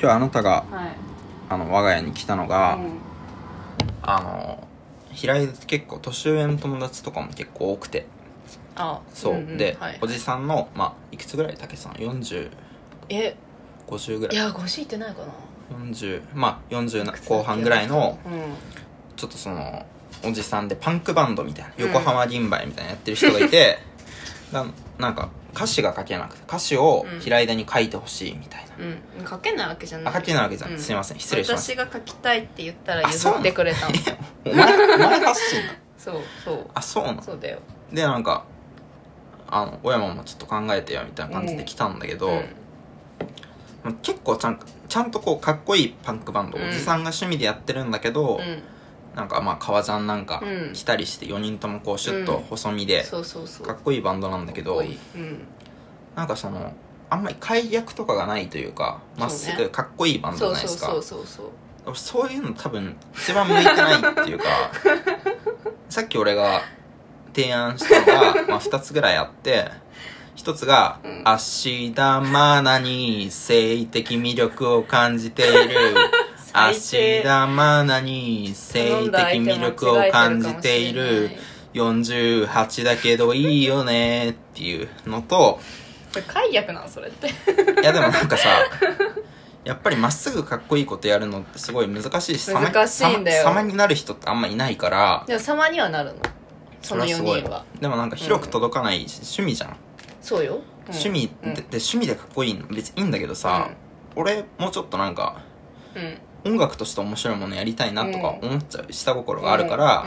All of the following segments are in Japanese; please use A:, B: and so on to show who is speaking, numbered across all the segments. A: 今日あなたが
B: はい
A: あの我が家に来たのが、
B: うん
A: あの平井って結構年上の友達とかも結構多くて
B: あ
A: そう、
B: んん
A: で、
B: はい
A: おじさんのまあいくつぐらい武さん4050
B: え
A: ぐら
B: い
A: い
B: や50いってないかな
A: 40まあ40ない
B: くつだっけ
A: 後半ぐらいの
B: うん
A: ちょっとそのおじさんでパンクバンドみたいな、
B: うん
A: 横浜銀杯みたいなやってる人がい てななんか歌詞が書けなくて歌詞を
B: うん
A: 平井田に書いてほしいみたいな、
B: うん書けないわけじゃない
A: あ書けないわけじゃん、
B: うん
A: すいません失礼しまし
B: 私が書きたいって言ったら
A: あ
B: 譲
A: そうなの
B: ってくれたの
A: たお前お前発信なの
B: そうそう
A: あそうなの
B: そうだよ
A: でなんかあの小山もちょっと考えてよみたいな感じで来たんだけど、
B: うん
A: まあ結構ちゃんちゃんとこうかっこいいパンクバンド、
B: うん
A: おじさんが趣味でやってるんだけど、
B: うん
A: なんかまあ革ジャンなんか
B: うん
A: 着たりして4人ともこうシュッと細身で、
B: そうそうそう
A: かっこいいバンドなんだけ
B: かっ
A: ど
B: こいいうん
A: なんかそのあんまり解約とかがないというかまっす
B: そう
A: ぐかっこいいバンド
B: そ
A: じ
B: う
A: ゃないで
B: そう
A: すか
B: そうそうそう
A: 俺そういうの多分一番向いてないっていう かさっき俺が提案したの が、まあ、2つぐらいあって一つが
B: うん
A: 「芦田愛菜に性的魅力を感じている」「
B: 最低
A: 芦田愛菜に性的魅力を感じている」「48だけどいいよね」っていうのと
B: これ解約なのそれって
A: いやでもなんかさやっぱりまっすぐかっこいいことやるのってすごい難しいし様
B: 難しいんだよ
A: 様様になる人ってあんまいないから
B: でも様にはなるのその
A: れ
B: 4
A: すごい
B: 人は
A: でもなんか広く届かないし、趣味じゃん、
B: そうよ、うん
A: 趣味で,、
B: うん
A: で趣味でかっこいいの別にいいんだけどさ、俺もうちょっとなんか
B: うん
A: 音楽として面白いものやりたいなとか思っちゃう、下心があるから、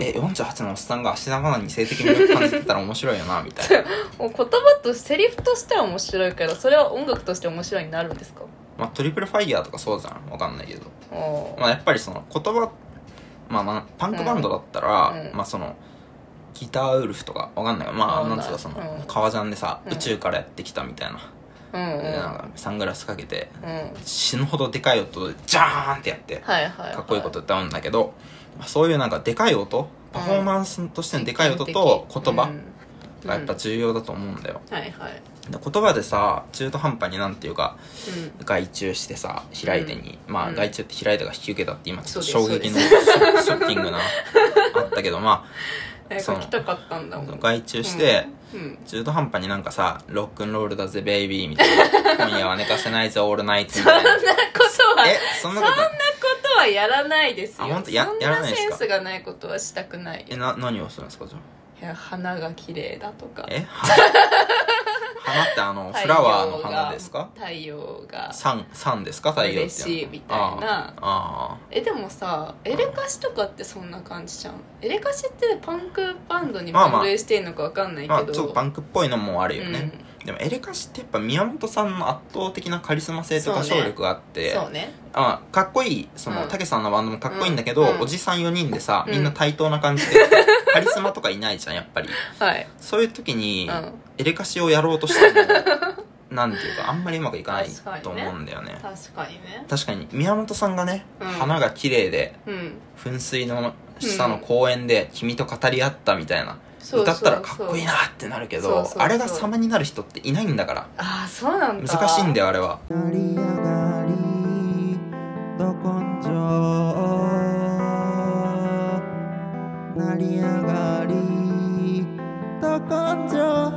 A: え48のおっさんが足長なに性的魅力感じてたら面白いよなみたいな
B: うん、もう言葉とセリフとしては面白いけどそれは音楽として面白いになるんですか
A: まあトリプルファイヤーとかそうじゃんわかんないけど
B: あー
A: まあ、やっぱりその言葉、まあまあ、パンクバンドだったら、
B: うん
A: まあそのギターウルフとかわかんないけどま
B: わか
A: あ
B: んな
A: ないんつうかその、
B: うん
A: 革ジャンでさ、
B: うん
A: 宇宙からやってきたみたいな,、
B: うんうん
A: でなんかサングラスかけて
B: うん
A: 死ぬほどでかい音でジャーンってやって
B: はいはい、はい、
A: かっこいいこと歌うんだけど、まあ、そういうなんかでかい音パフォーマンスとしてのでかい音と言葉
B: うん
A: がやっぱ重要だと思うんだよ、
B: うんはいはい、
A: で言葉でさ中途半端になんていうか
B: うん、
A: 外注してさ平井手に、まあ
B: うん
A: 外注って平井手が引き受けたって今ちょっと
B: そ
A: 衝
B: うで
A: 撃
B: す
A: のショ ショッキングなあったけどま
B: え
A: そ
B: 書
A: の
B: きたかったんだも
A: あ
B: ん
A: 外注して、
B: うん
A: 中途半端になんかさロックンロールだぜベイビーみたいな今夜は寝かせないぜオールナイトみたいな
B: そんなことは
A: えそんなこと
B: そんなことはやらないです
A: あ
B: よ
A: ほんとや
B: そん
A: やら
B: な
A: ないです
B: セ
A: か
B: ンスがないことはしたくない
A: え
B: よ
A: な何をするんですかじゃ
B: いや花が綺麗だとか
A: あ え花花ってあのフラワーの花ですか
B: 太陽が
A: サンサンですか太陽ってうの
B: 嬉しいみたいな
A: あ
B: えでもさエレカシとかってそんな感じじゃんエレカシってパンクバンドに
A: まあまあ
B: 分類してんのかわかんな
A: ー
B: いけど、
A: まあちょっとパンクっぽいのもあるよね、
B: うん
A: でもエレカシってやっぱ宮本さんの圧倒的なカリスマ性と歌唱力があって、
B: そうね
A: あかっこいいその、
B: うん
A: たけさんのバンドもかっこいいんだけど、
B: うんうん
A: おじさん4人でさ
B: うん
A: みんな対等な感 じで、カリスマとかいないじゃんやっぱり
B: はい、
A: そういう時に、
B: うん、
A: エレカシをやろうとしてもなんていうかあんまりうまくいかない
B: 確かにね
A: と思うんだよね
B: 確かにね
A: 確かに宮本さんがね、
B: うん
A: 花が綺麗で
B: うん
A: 噴水の下の公園で君と語り合ったみたいな、歌ったらかっこいいなってなるけど
B: そうそうそう
A: あれが様になる人っていないんだから
B: ああそうなんだ
A: 難しいんだ
B: よ
A: よあれは成り上がりど根性成り上がりど根性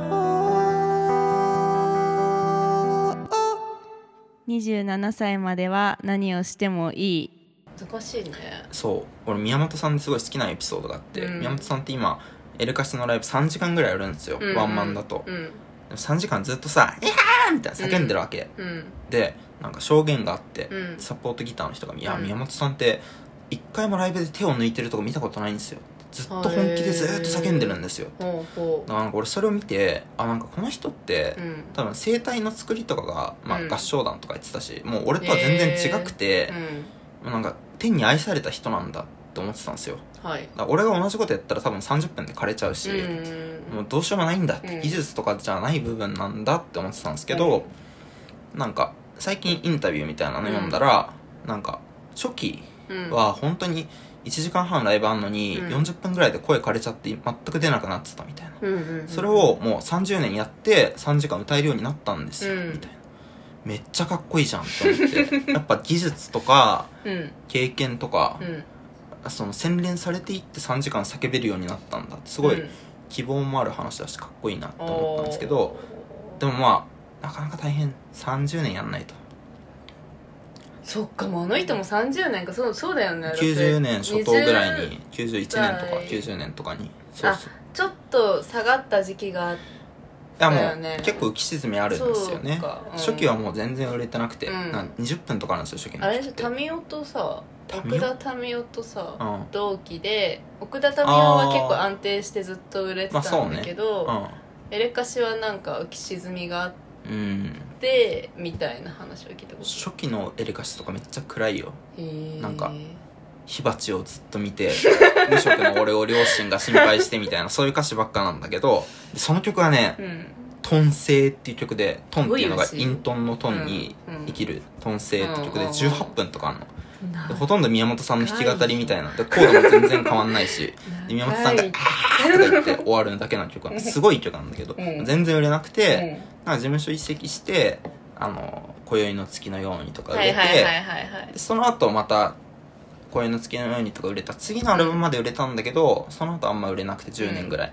C: 27歳までは何をしてもいい
B: 難しいね
A: そう俺宮本さんですごい好きなエピソードがあって、
B: うん
A: 宮本さんって今エルカシのライブ3時間ぐらいやるんですよ、
B: うんうん
A: ワンマンだと、
B: うん
A: 3時間ずっとさ「いやー!」みたいな叫んでるわけ、
B: うん
A: でなんか証言があって、
B: うん
A: サポートギターの人が「いや
B: うん
A: 宮本さんって一回もライブで手を抜いてるとこ見たことないんですよ」ずっと本気でずっと叫んでるんですよ
B: ほうほ
A: だからなんか俺それを見てあなんかこの人って、
B: ううん
A: 多分声帯の作りとかが、まあ、
B: うん
A: 合唱団とか言ってたし、もう俺とは全然違くて、
B: う
A: もうなんか天に愛された人なんだって思ってたんですよ
B: んはい
A: だから俺が同じことやったら多分30分で枯れちゃうし、
B: うん
A: もうどうしようもないんだって、
B: うん
A: 技術とかじゃない部分なんだって思ってたんですけど、なんか最近インタビューみたいなの読んだら、なんか初期
B: うん
A: は本当に1時間半ライブあんのに
B: うん
A: 40分ぐらいで声枯れちゃって全く出なくなってたみたいな、
B: うんうんうん
A: それをもう30年やって3時間歌えるようになったんですよ、
B: うん
A: みたいなめっちゃかっこいいじゃんって思 ってやっぱ技術とか
B: うん
A: 経験とか
B: う、ん
A: その洗練されていって3時間叫べるようになったんだってすごい
B: うん
A: 希望もある話だしかっこいいなって思ったんですけど、でもまあなかなか大変30年やんないと
B: そっかもうあの人も30年かそうそうだよねだって
A: 90年初頭ぐらい
B: 20
A: に91年とか
B: 代
A: 90年とかにそうそう
B: ちょっと下がった時期があっ
A: いやも
B: だよ
A: う、
B: ね
A: 結構浮き沈みあるんですよね
B: そうかうん
A: 初期はもう全然売れてなくて、
B: うん
A: なん20分とかなんですよ初期の
B: あれ
A: 時
B: で
A: っ
B: してょ民生とさ
A: 民
B: 奥
A: 生
B: 田民生とさ、
A: うんうん
B: 同期で奥田民生は結構安定してずっと売れてたんだけど、エレカシはなんか浮き沈みがあっ
A: うん
B: てみたいな話を聞いたこと
A: 初期のエレカシとかめっちゃ暗いよ
B: へー
A: なんか火鉢をずっと見て無職の俺を両親が心配してみたいなそういう歌詞ばっかなんだけどでその曲はね
B: うん
A: 「トンセイ」っていう曲で「トン」っていうのが
B: どういう
A: イ
B: 字
A: ントンのトンに生きる「トンセイ」って曲で
B: うん
A: 18分とかあるの
B: な
A: でほとんど宮本さんの弾き語りみたいなんでコードも全然変わんないしで宮本さんが
B: 長い
A: とか言って終わるだけの曲なんですごい曲なんだけど、
B: うん
A: 全然売れなくて、
B: うん
A: なんか事務所移籍して「あの今宵の月のように」とか売
B: は
A: れ
B: い
A: て、
B: はいはいはいはい
A: でその後また「今宵の月のように」とか売れた次のアルバムまで売れたんだけどその後あんま売れなくて10年ぐらい、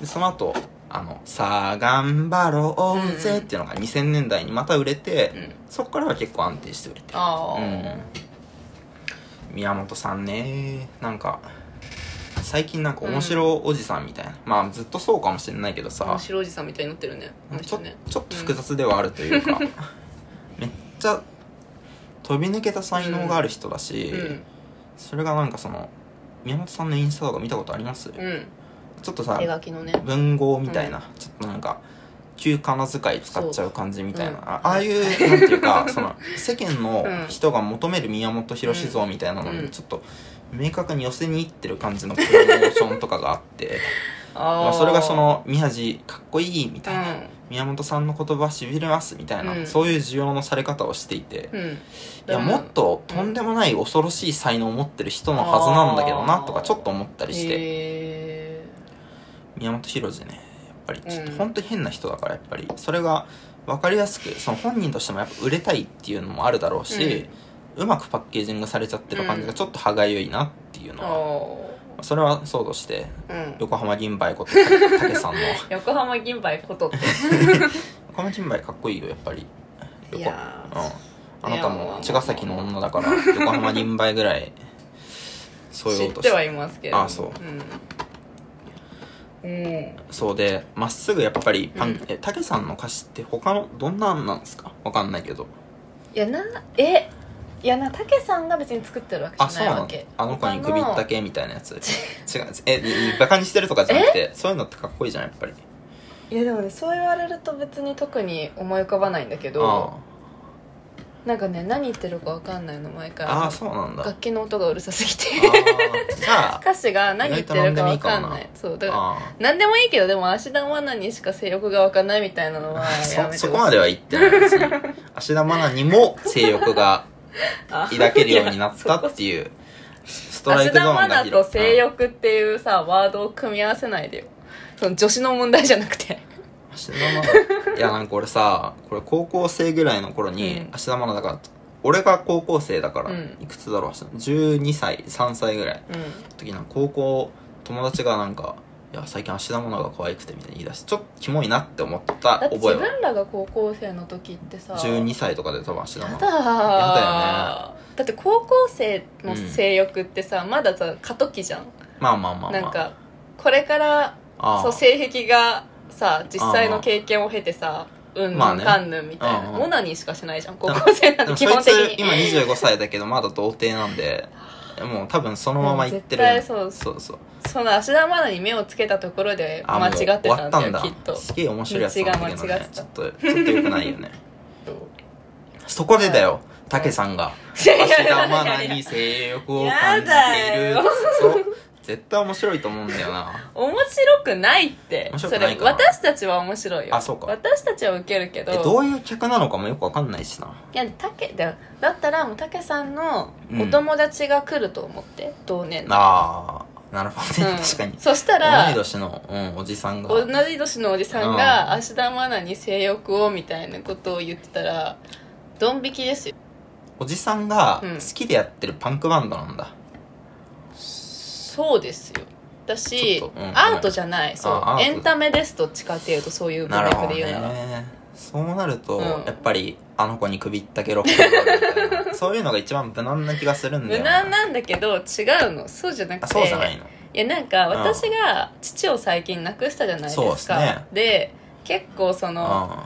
A: でその後あのさあ頑張ろうぜ」っていうのが2000年代にまた売れて、
B: うん
A: そこからは結構安定して売れてる
B: あ
A: う
B: あ
A: ん宮本さんねなんか最近なんか面白おじさんみたいな、まあずっとそうかもしれないけどさ
B: 面白いおじさんみたいになってるねあの
A: ちょ
B: 人ね
A: ちょっと複雑ではあるというか、 めっちゃ飛び抜けた才能がある人だし、
B: うん
A: それがなんかその宮本さんのインスタとか見たことあります、
B: うん
A: ちょっとさ
B: 手書きのね
A: 文豪みたいな、ちょっとなんか急仮名遣い使っちゃう感じみたいな、
B: そううん
A: あああいうなんていう かその世間の人が求める宮本浩次像みたいなの
B: うんう
A: に
B: ん
A: ちょっと明確に寄せにいってる感じのプロモーションとかがあってま
B: あ
A: あ
B: あ
A: それがその宮治かっこいいみ
B: う
A: たいな、
B: ん
A: 宮本さんの言葉しびれますみたいな、
B: うん
A: そういう需要のされ方をしていて、
B: うん
A: いやもっととんでもない恐ろしい才能を持ってる人のはずなんだけどな
B: あー
A: とかちょっと思ったりして。
B: へ
A: 宮本浩次ねやっぱりちょっと
B: うん
A: 本当に変な人だからやっぱりそれが分かりやすくその本人としてもやっぱ売れたいっていうのもあるだろうし、うまくパッケージングされちゃってる感じがちょっと歯がゆいなっていう
B: ー
A: のは、
B: あ
A: それはそうとして
B: ーうん
A: 横浜銀杯ことたけさんの
B: 横浜銀杯ことって
A: 横浜銀杯かっこいいよやっぱり
B: い
A: 横うん
B: や
A: あなた
B: いやまあまあ
A: も
B: まあ
A: 茅ヶ崎の女だから横浜銀杯ぐらいそういう
B: ー
A: こ
B: 知
A: と
B: っ
A: してて
B: はいますけど
A: あそう
B: うんうん
A: そうでまっすぐやっぱりパン、
B: うん
A: えたけさんの歌詞って他のどんなんなんですかわかんないけど
B: いやなえいやなたけさんが別に作ってるわけ
A: あ
B: じ
A: そ
B: ゃ
A: う
B: ない
A: な
B: わ
A: の
B: け
A: あの子に首ったけみたいなや つ違うえバカにしてるとかじゃなくてそういうのってかっこいいじゃんやっぱり
B: いやでもねそう言われると別に特に思い浮かばないんだけ
A: あ
B: どなんかね何言ってるかわかんないの毎回
A: あああそうなんだあ
B: 楽器の音がうるさすぎて
A: ーじゃあ
B: 歌詞が何言ってるかわかんない
A: 意外と何でもいいかも
B: そうだから
A: あ
B: 何でもいいけどでも芦田愛菜にしか性欲がわかんないみたいなのは
A: ー
B: やめて
A: そ そこまでは言ってないですね芦田愛菜にも性欲が抱けるように なったっていうストライ
B: 芦
A: クゾ
B: 田
A: ーン
B: 愛
A: が
B: 菜と
A: 広い
B: 性欲っていうさワードを組み合わせないでよその女子の問題じゃなくて
A: 芦田愛菜いやなんか俺さこれ高校生ぐらいの頃に
B: うん
A: 芦田愛菜だから俺が高校生だから、
B: うん
A: いくつだろう12歳3歳ぐらい
B: うん
A: 時なんか高校友達がなんか「いや最近芦田愛菜が可愛くて」みたいに言い出してちょっとキモいなって思った
B: だっ
A: 覚
B: て自
A: えは
B: 分らが高校生の時ってさ
A: 12歳とかで多分芦田
B: や
A: 愛
B: だ
A: 菜
B: だだって高校生の性欲ってさ、まださ過渡期じゃん、
A: まあまあまあまあ
B: なんかこれから
A: ああ
B: そう性癖がさ実際の経験を経てさうんぬ
A: まあ
B: ん
A: ね
B: かんぬんみたいな、
A: うんうん
B: オナニーしかしないじゃん高校生な
A: で
B: んて
A: も
B: 基
A: そ
B: 本
A: い
B: 的
A: つ
B: に
A: 今25歳だけどまだ童貞なん でもう多分そのまま行ってる
B: うん絶対そう
A: そうそう
B: その芦田愛菜に目をつけたところで
A: あも
B: 間
A: う
B: 違って
A: 終わ
B: た
A: っ
B: んだ
A: た
B: よ
A: んだ
B: きっと
A: すげえ面白いやつなんだけど
B: 道が間違
A: ね
B: って
A: ち
B: た
A: ょっとちょっとよくない よねそこでだよたけさん が芦田愛菜に性欲を感じてい
B: やだ
A: る
B: よ
A: そう絶対面白いと思うんだよな
B: 面白くないって
A: 面白
B: そ
A: くない
B: れ
A: かな
B: 私たちは面白いよ
A: あそうか
B: 私たちはウケるけど
A: えどういう客なのかもよくわかんないしない
B: やたけだだったらもうたけさんの
A: うん
B: お友達が来ると思って、同年代
A: ああなるほどね、
B: うん
A: 確かに
B: そした
A: 同い
B: ら
A: 年の、うん、おじさんが
B: 同じ年のおじさんが芦田愛菜に性欲をみたいなことを言ってたらドン引きですよ
A: おじさんが
B: うん
A: 好きでやってるパンクバンドなんだ、
B: そうですよだし、
A: ちょっとうん
B: アートじゃないそう
A: あアート
B: エンタメですどっちかっていうとそういう文
A: なる
B: 脈
A: ほど
B: で言うなら
A: ねそうなると、
B: うん
A: やっぱりあの子に首ったけロックンロールみたい なそういうのが一番無難な気がするんだ
B: 無
A: よ
B: 難なんだけど違うのそうじゃな
A: あ
B: くて
A: そうじゃないの、
B: いやなんか私が父を最近亡くしたじゃないですか
A: そうですね
B: で結構その
A: あ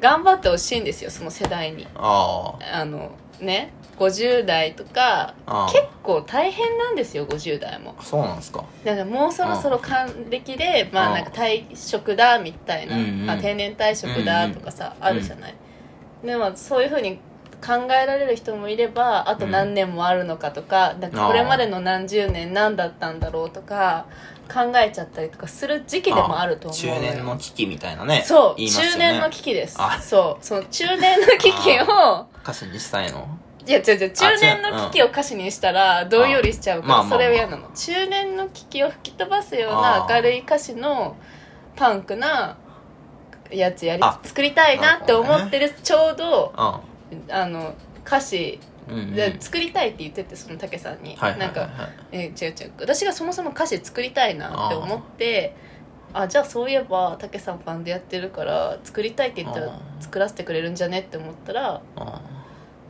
B: 頑張ってほしいんですよその世代に
A: あ
B: あのね50代とか
A: ああ
B: 結構大変なんですよ50代も
A: あそうなんですか
B: だからもうそろそろ還暦でまあなんか退職だみたいな、
A: うんうん
B: あ定年退職だとかさ、あるじゃない、でもそういうふうに考えられる人もいればあと何年もあるのかとか,、だからこれまでの何十年何だったんだろうとか考えちゃったりとかする時期でもあると思う
A: 中
B: よ
A: 年の危機みたいなね
B: そう、
A: 言いますよね
B: 中年の危機です
A: あ
B: そうその中年の危機を
A: 歌詞にしたいの
B: いや違う違う中年の危機を歌詞にしたらどんよりしちゃうか
A: まあ
B: ら
A: まあ
B: それは嫌なの中年の危機を吹き飛ばすよう
A: あ
B: な
A: ー
B: 明るい歌詞のパンクなやつやり
A: あ
B: 作りたいなって思ってるちょうど
A: あ
B: あの歌詞
A: うんうん
B: で作りたいって言っててそのたけさんに
A: はいはいはい
B: なんかえ違う違う私がそもそも歌詞作りたいなって思ってあじゃあそういえばたけさんバンドやってるから作りたいって言った
A: あ
B: ら
A: ー
B: 作らせてくれるんじゃねって思ったら
A: あ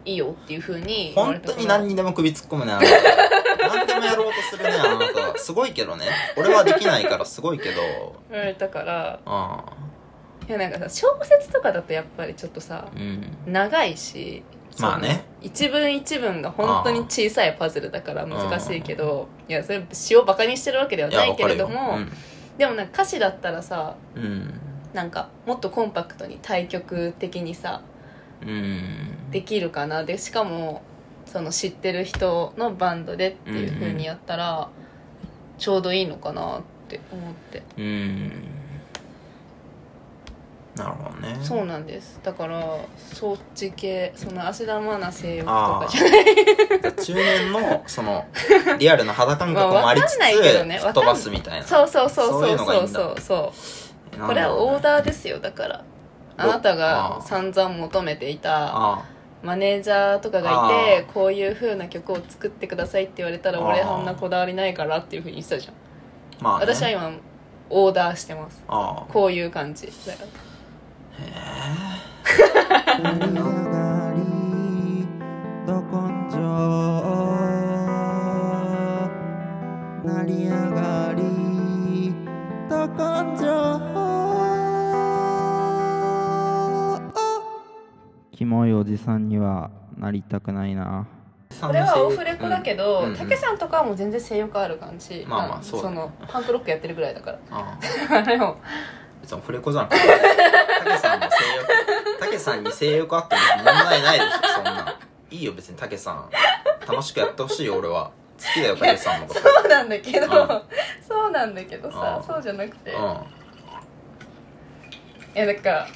B: いいよっていうふうに言われ
A: 本
B: た
A: 当に
B: から
A: 何にでも首突っ込むねあなた 何でもやろうとするねあなたすごいけどね俺はできないからすごいけど
B: 言われたから
A: あ
B: いやなんかさ小説とかだとやっぱりちょっとさ
A: あうん
B: 長いし
A: まあね
B: その一文一文が本当に小さいパズルだから難しいけどいやそれ詩をバカにしてるわけではい
A: や
B: な
A: わ
B: いけ
A: か
B: れ
A: る
B: ど
A: よ
B: も、でもなんか歌詞だったらさ
A: うんうん
B: なんかもっとコンパクトに対局的にさ
A: うん
B: できるかなでしかもその知ってる人のバンドでっていうふうにやったらちょうどいいのかなって思って、
A: うんなるほどね
B: そうなんですだからそっち系その芦田愛菜性欲と
A: あ
B: か
A: あ
B: じゃ
A: 中年のそのリアルな肌感覚もありつつ
B: まあわかんないけどね
A: 吹っ飛ばすみたいな
B: そうそうそう
A: そうい
B: そうう
A: のがいい
B: そうん
A: だ
B: そうそう
A: なんだろうね
B: これはオーダーですよだからあなた
A: ああ
B: が散々求めていた
A: あ
B: マネージャーとかがいてこういう風な曲を作ってくださいって言われたら
A: ああ
B: 俺そんなこだわりないからっていう風に言ってたじゃん
A: あまあね、
B: 私は今オーダーしてます
A: あ
B: こういう感じだから
A: あ上がりど根性成り上がりど根性キモいおじさんにはなりたくないな
B: これはオフレコだけど、
A: うん
B: たけさんとかはもう全然性欲ある感じ、
A: まあまあそうだね
B: のパンクロックやってるぐらいだ から
A: ああ
B: あれも
A: 別にオフレコじゃなくてたけさんの性欲たけさんに性欲あっても問題ないでしょそんないいよ別にたけさん楽しくやってほしいよ俺は好きだよたけさんのこと
B: そうなんだけど、
A: うん
B: そうなんだけどさ、
A: うん
B: そうじゃなくて、い
A: うん
B: やだから、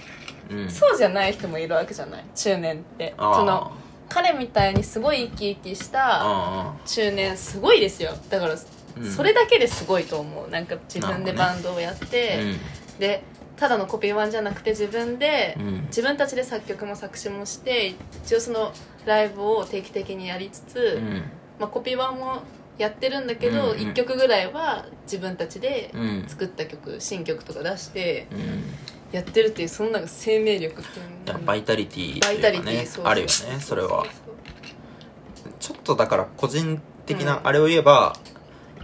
A: うん
B: そうじゃない人もいるわけじゃない中年って
A: ああ
B: その彼みたいにすごい生き生きした
A: あ
B: 中年すごいですよだから、
A: うん
B: それだけですごいと思うなんか自分で
A: なるほどね
B: バンドをやっ
A: あ
B: て、でただのコピー版じゃなくて自分で、
A: うんうん
B: 自分たちで作曲も作詞もして一応そのライブを定期的にやりつつ、
A: うん
B: まあ、コピー版もやってるんだけ
A: う
B: ど、
A: んうん
B: 1曲ぐらいは自分たちで
A: うん
B: 作った曲新曲とか出して
A: うん
B: やってるっていうそのなんか生命力っていうの
A: やっぱバイタリティって
B: バ
A: い
B: イ
A: う
B: タリ
A: か
B: ティ
A: ね
B: そうそう
A: あるよねそれは
B: うそう
A: ちょっとだから個人的な
B: うん
A: あれを言えば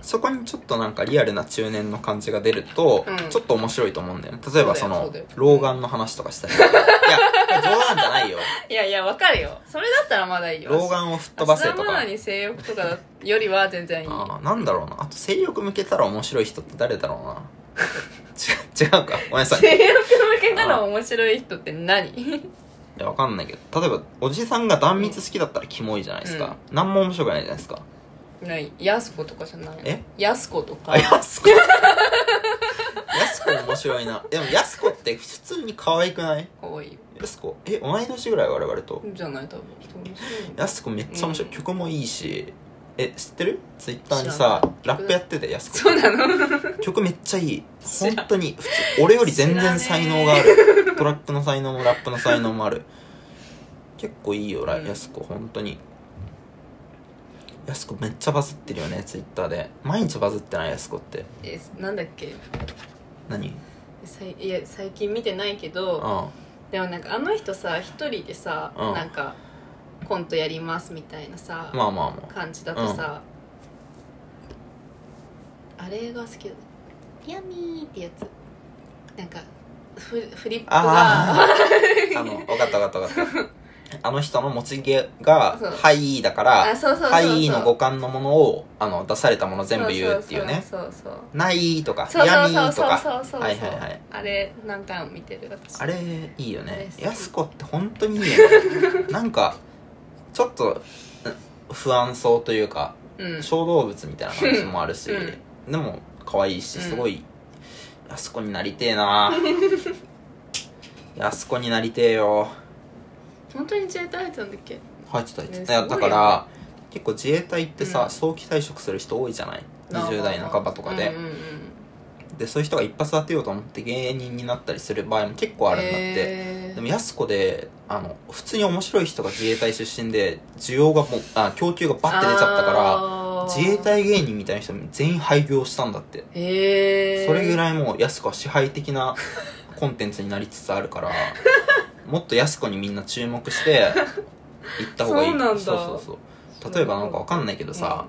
A: そこにちょっとなんかリアルな中年の感じが出ると
B: うん
A: ちょっと面白いと思うんだよね例えばそ
B: そ
A: の
B: うだよそうだよ
A: 老眼の話とか したりいや冗談じゃないよ
B: いやいやわかるよそれだったらまだいいよ
A: 老眼を吹っ飛ばせ
B: 芦
A: と
B: 田
A: か
B: 愛菜に性欲とかよりは全然いい
A: あーなんだろうなあと性欲向けたら面白い人って誰だろうな ち違うかごめんなさい
B: 性欲向けなら面白い人って何
A: いやわかんないけど例えばおじさんが断蜜好きだったらキモいじゃないですか、何も面白くないじゃないですか
B: ないやす子とかじゃない
A: え
B: やす子とか
A: あやす子やす子面白いなでもやす子って普通に可愛くない
B: 多い
A: やす子え同い年ぐらい我々と
B: じゃない多分人面白い
A: やす子めっちゃ面白い、
B: うん
A: 曲もいいしえ知ってるツイッターに
B: 知ら
A: さ
B: ない
A: ラップやっててやす子
B: そうなの
A: 曲めっちゃいい
B: 知ら
A: 本当に普通俺より全然才能があるトラックの才能もラップの才能もある結構いいよ、ら
B: うん
A: 安子本当に安子めっちゃバズってるよねツイッターで毎日バズってない安子って
B: えなんだっけ
A: 何
B: さいいや最近見てないけど
A: あ
B: でもなんかあの人さ一人でさ
A: うん
B: なんかコントやりますみたいなさ
A: あまあまあま
B: 感じだとさ、あれが好きだピアミーってやつなんかフフリップ
A: あ
B: が
A: ああの分かった分かった分か ったあの人の持ち毛が
B: そ
A: 「
B: う
A: はい」だから
B: あそうそうそうそう
A: はい」の五感のものをあの出されたもの全部言うっていうね
B: そうそうそう
A: 「ない」とか「
B: そう
A: 闇」と
B: そう
A: か
B: そうそうそうそうそう
A: はいはいはい
B: あれ何回も見てる私
A: あれいいよ
B: あれ
A: ね
B: 好き
A: やす子って本当にいいよね なんかちょっとうん不安そうというか
B: うん
A: 小動物みたいな感じもあるし、
B: う
A: でも可愛いし
B: うん
A: すごい、やす子になりてえ なやす子になりてえよ
B: 本当に自衛隊入ってたんだっけ
A: 入ってた入って
B: ね
A: たいやだ
B: すごいよね
A: から結構自衛隊ってさ、
B: うん
A: 早期退職する人多いじゃない20代半ばとかで、
B: うんうんうん、
A: でそういう人が一発当てようと思って芸人になったりする場合も結構あるんだって、
B: へー
A: でも安子であの普通に面白い人が自衛隊出身で需要がもうあ供給がバッて出ちゃったから
B: あー
A: 自衛隊芸人みたいな人全員廃業したんだって
B: へえ
A: それぐ
B: い
A: らいもう安子は支配的 なコンテンツになりつつあるからもっと安子にみんな注目して行った方がいい
B: そうなんだ
A: そうそうそう例えばなんかわかんないけどさ、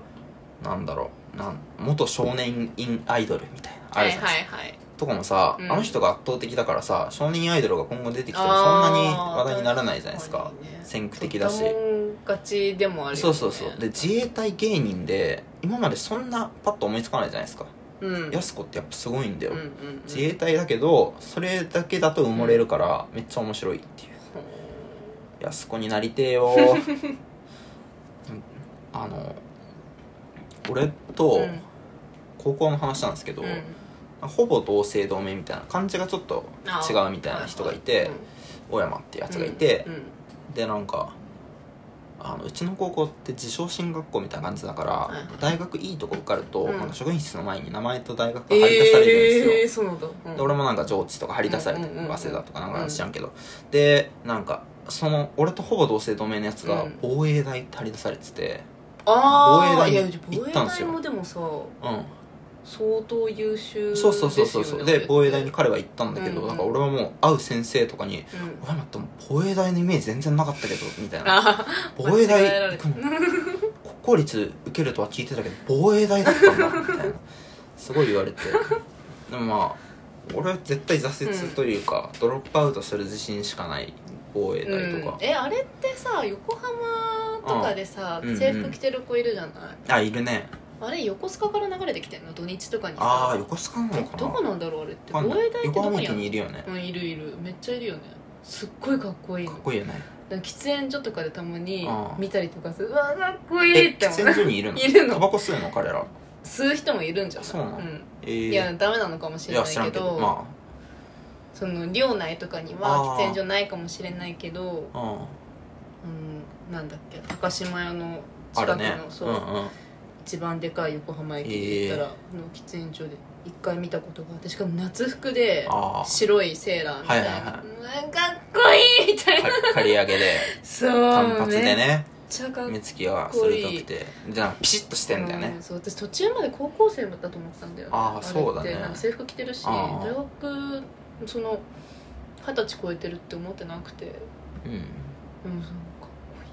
A: なんだろうなん元少年インアイドルみたいなあ
B: は
A: る
B: い
A: じゃん、
B: はいはい
A: とかもさ、
B: うん
A: あの人が圧倒的だからさ少年アイドルが今後出てきてもそんなに話題にならないじゃないですか
B: あー確かにね
A: 先駆的だし
B: ドタモン勝ちでもあるよね
A: そうそうそうで自衛隊芸人で今までそんなパッと思いつかないじゃないですか
B: うん
A: やす子ってやっぱすごいんだよ、
B: うんうんうん
A: 自衛隊だけどそれだけだと埋もれるからめっちゃ面白いっていう
B: ほ
A: やす子になりてえ ようんあの俺
B: う
A: と
B: うん
A: 高校の話なんですけど、
B: うん
A: ほぼ同姓同名みたいな感じがちょっと違うみたいな人がいて、大山っていうやつがいて、
B: うんうん
A: でなんかあのうちの高校って自称進学校みたいな感じだから、
B: いはい
A: 大学いいとこ受かると、
B: うん
A: なんか職員室の前に名前と大学が
B: え
A: 張り出されるんですよ、
B: えー、そうなんだ、うん、
A: で俺もなんか上智とか張り出されて
B: うんうんうんうん
A: 早稲田とかなんか知らんけど、でなんかその俺とほぼ同姓同名のやつが
B: うん
A: 防衛大張り出されてて
B: あ
A: 防
B: あ
A: 衛
B: い
A: 大
B: や
A: に
B: 防
A: 行っ
B: 衛
A: たんですよ
B: 大もでもさ
A: うん
B: 相当優秀
A: そうそうそうそう
B: です
A: そ
B: よ
A: う
B: ね
A: で防衛大
B: う
A: に
B: ん
A: 彼は行ったんだけど、
B: うんうん
A: だから俺はもう会う先生とかに「お前待ってもう防衛大のイメージ全然なかったけど」みたいな
B: あ
A: 「防衛大
B: 間違えら
A: 行
B: れ
A: く
B: た
A: の国公立受けるとは聞いてたけど防衛大だったんだ」みたいなすごい言われてでもまあ俺は絶対挫折というか、ドロップアウトする自信しかない防衛大とか
B: うん、、えあれってさ横浜とかでさ
A: うん
B: 制服着てる子いるじゃない、
A: あいるね
B: あれ横須賀から流れてきてんの土日とかに
A: ああ
B: さ
A: 横須賀なのかな
B: どこなんだろうあれって
A: わ
B: 防
A: かんない
B: 衛大ってど
A: 横
B: こ
A: 浜
B: に
A: 駅
B: ある
A: にいるよね
B: うんいるいるめっちゃいるよねすっごいかっこいい
A: か
B: の
A: っこいいよね
B: なんか喫煙所とかでたまに
A: ああ
B: 見たりとかするうわかっこい
A: え
B: いって
A: 喫
B: 思
A: 煙
B: う
A: 所にいるの
B: いるの
A: タバコ吸うの彼ら
B: 吸う人もいるんじゃない
A: そうなの
B: ん
A: えー、
B: いやダメなのかもし
A: い
B: れ
A: や
B: ない
A: 知ら
B: け
A: んけど
B: ど
A: ま
B: その寮内とかに
A: あ
B: は
A: あ
B: 喫煙所ないかもしれないけど
A: あうん
B: うんなんだっけ高島屋の
A: あ
B: 近くの、
A: るね
B: そう、
A: んうん
B: 一番でかい横浜駅で行ったらの喫煙所で一回見たことがあってしかも夏服で
A: あー
B: 白いセーラーみたいな、
A: はいはいはいう
B: わかっこいいみたいな
A: か刈り上げで
B: そう
A: 単発で
B: めっ
A: ね
B: ちゃかっこい
A: 目
B: い
A: つきが鋭くてじゃあピシッとしてんだよね
B: うんそう私途中まで高校生だったと思ってたんだよ、
A: あー
B: れって
A: そうだね
B: なんか制服着てるし
A: あー
B: 大学その二十歳超えてるって思ってなくて
A: うん
B: うんそうかっこいいね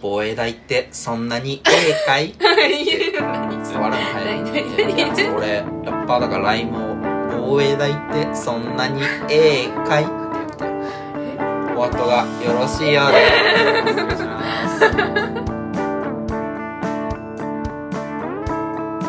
A: 防衛大ってそんなにええ かい
B: かっこ いい 言うな
A: 伝わらん早い
B: ないないない
A: いやちょっと俺やっぱだからライムを防衛大ってそんなにええかいって言ってお後がよろしいようでお願いします
D: 俺は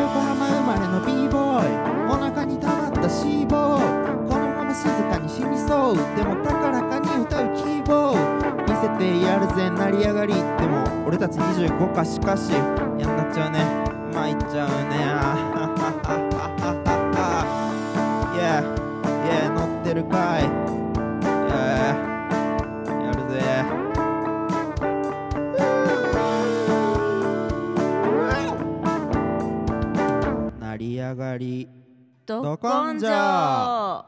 D: 横浜生まれの b ボーイお腹に溜まった c ボーイこのまま静かに死にそうでも高らかに歌うキーボーイ見せてやるぜ成り上がりでも俺たち25かしかしやんなっちゃうね参っちゃうね あいやいや乗ってるかいいややるぜ成り上がり
C: ど
D: ど根性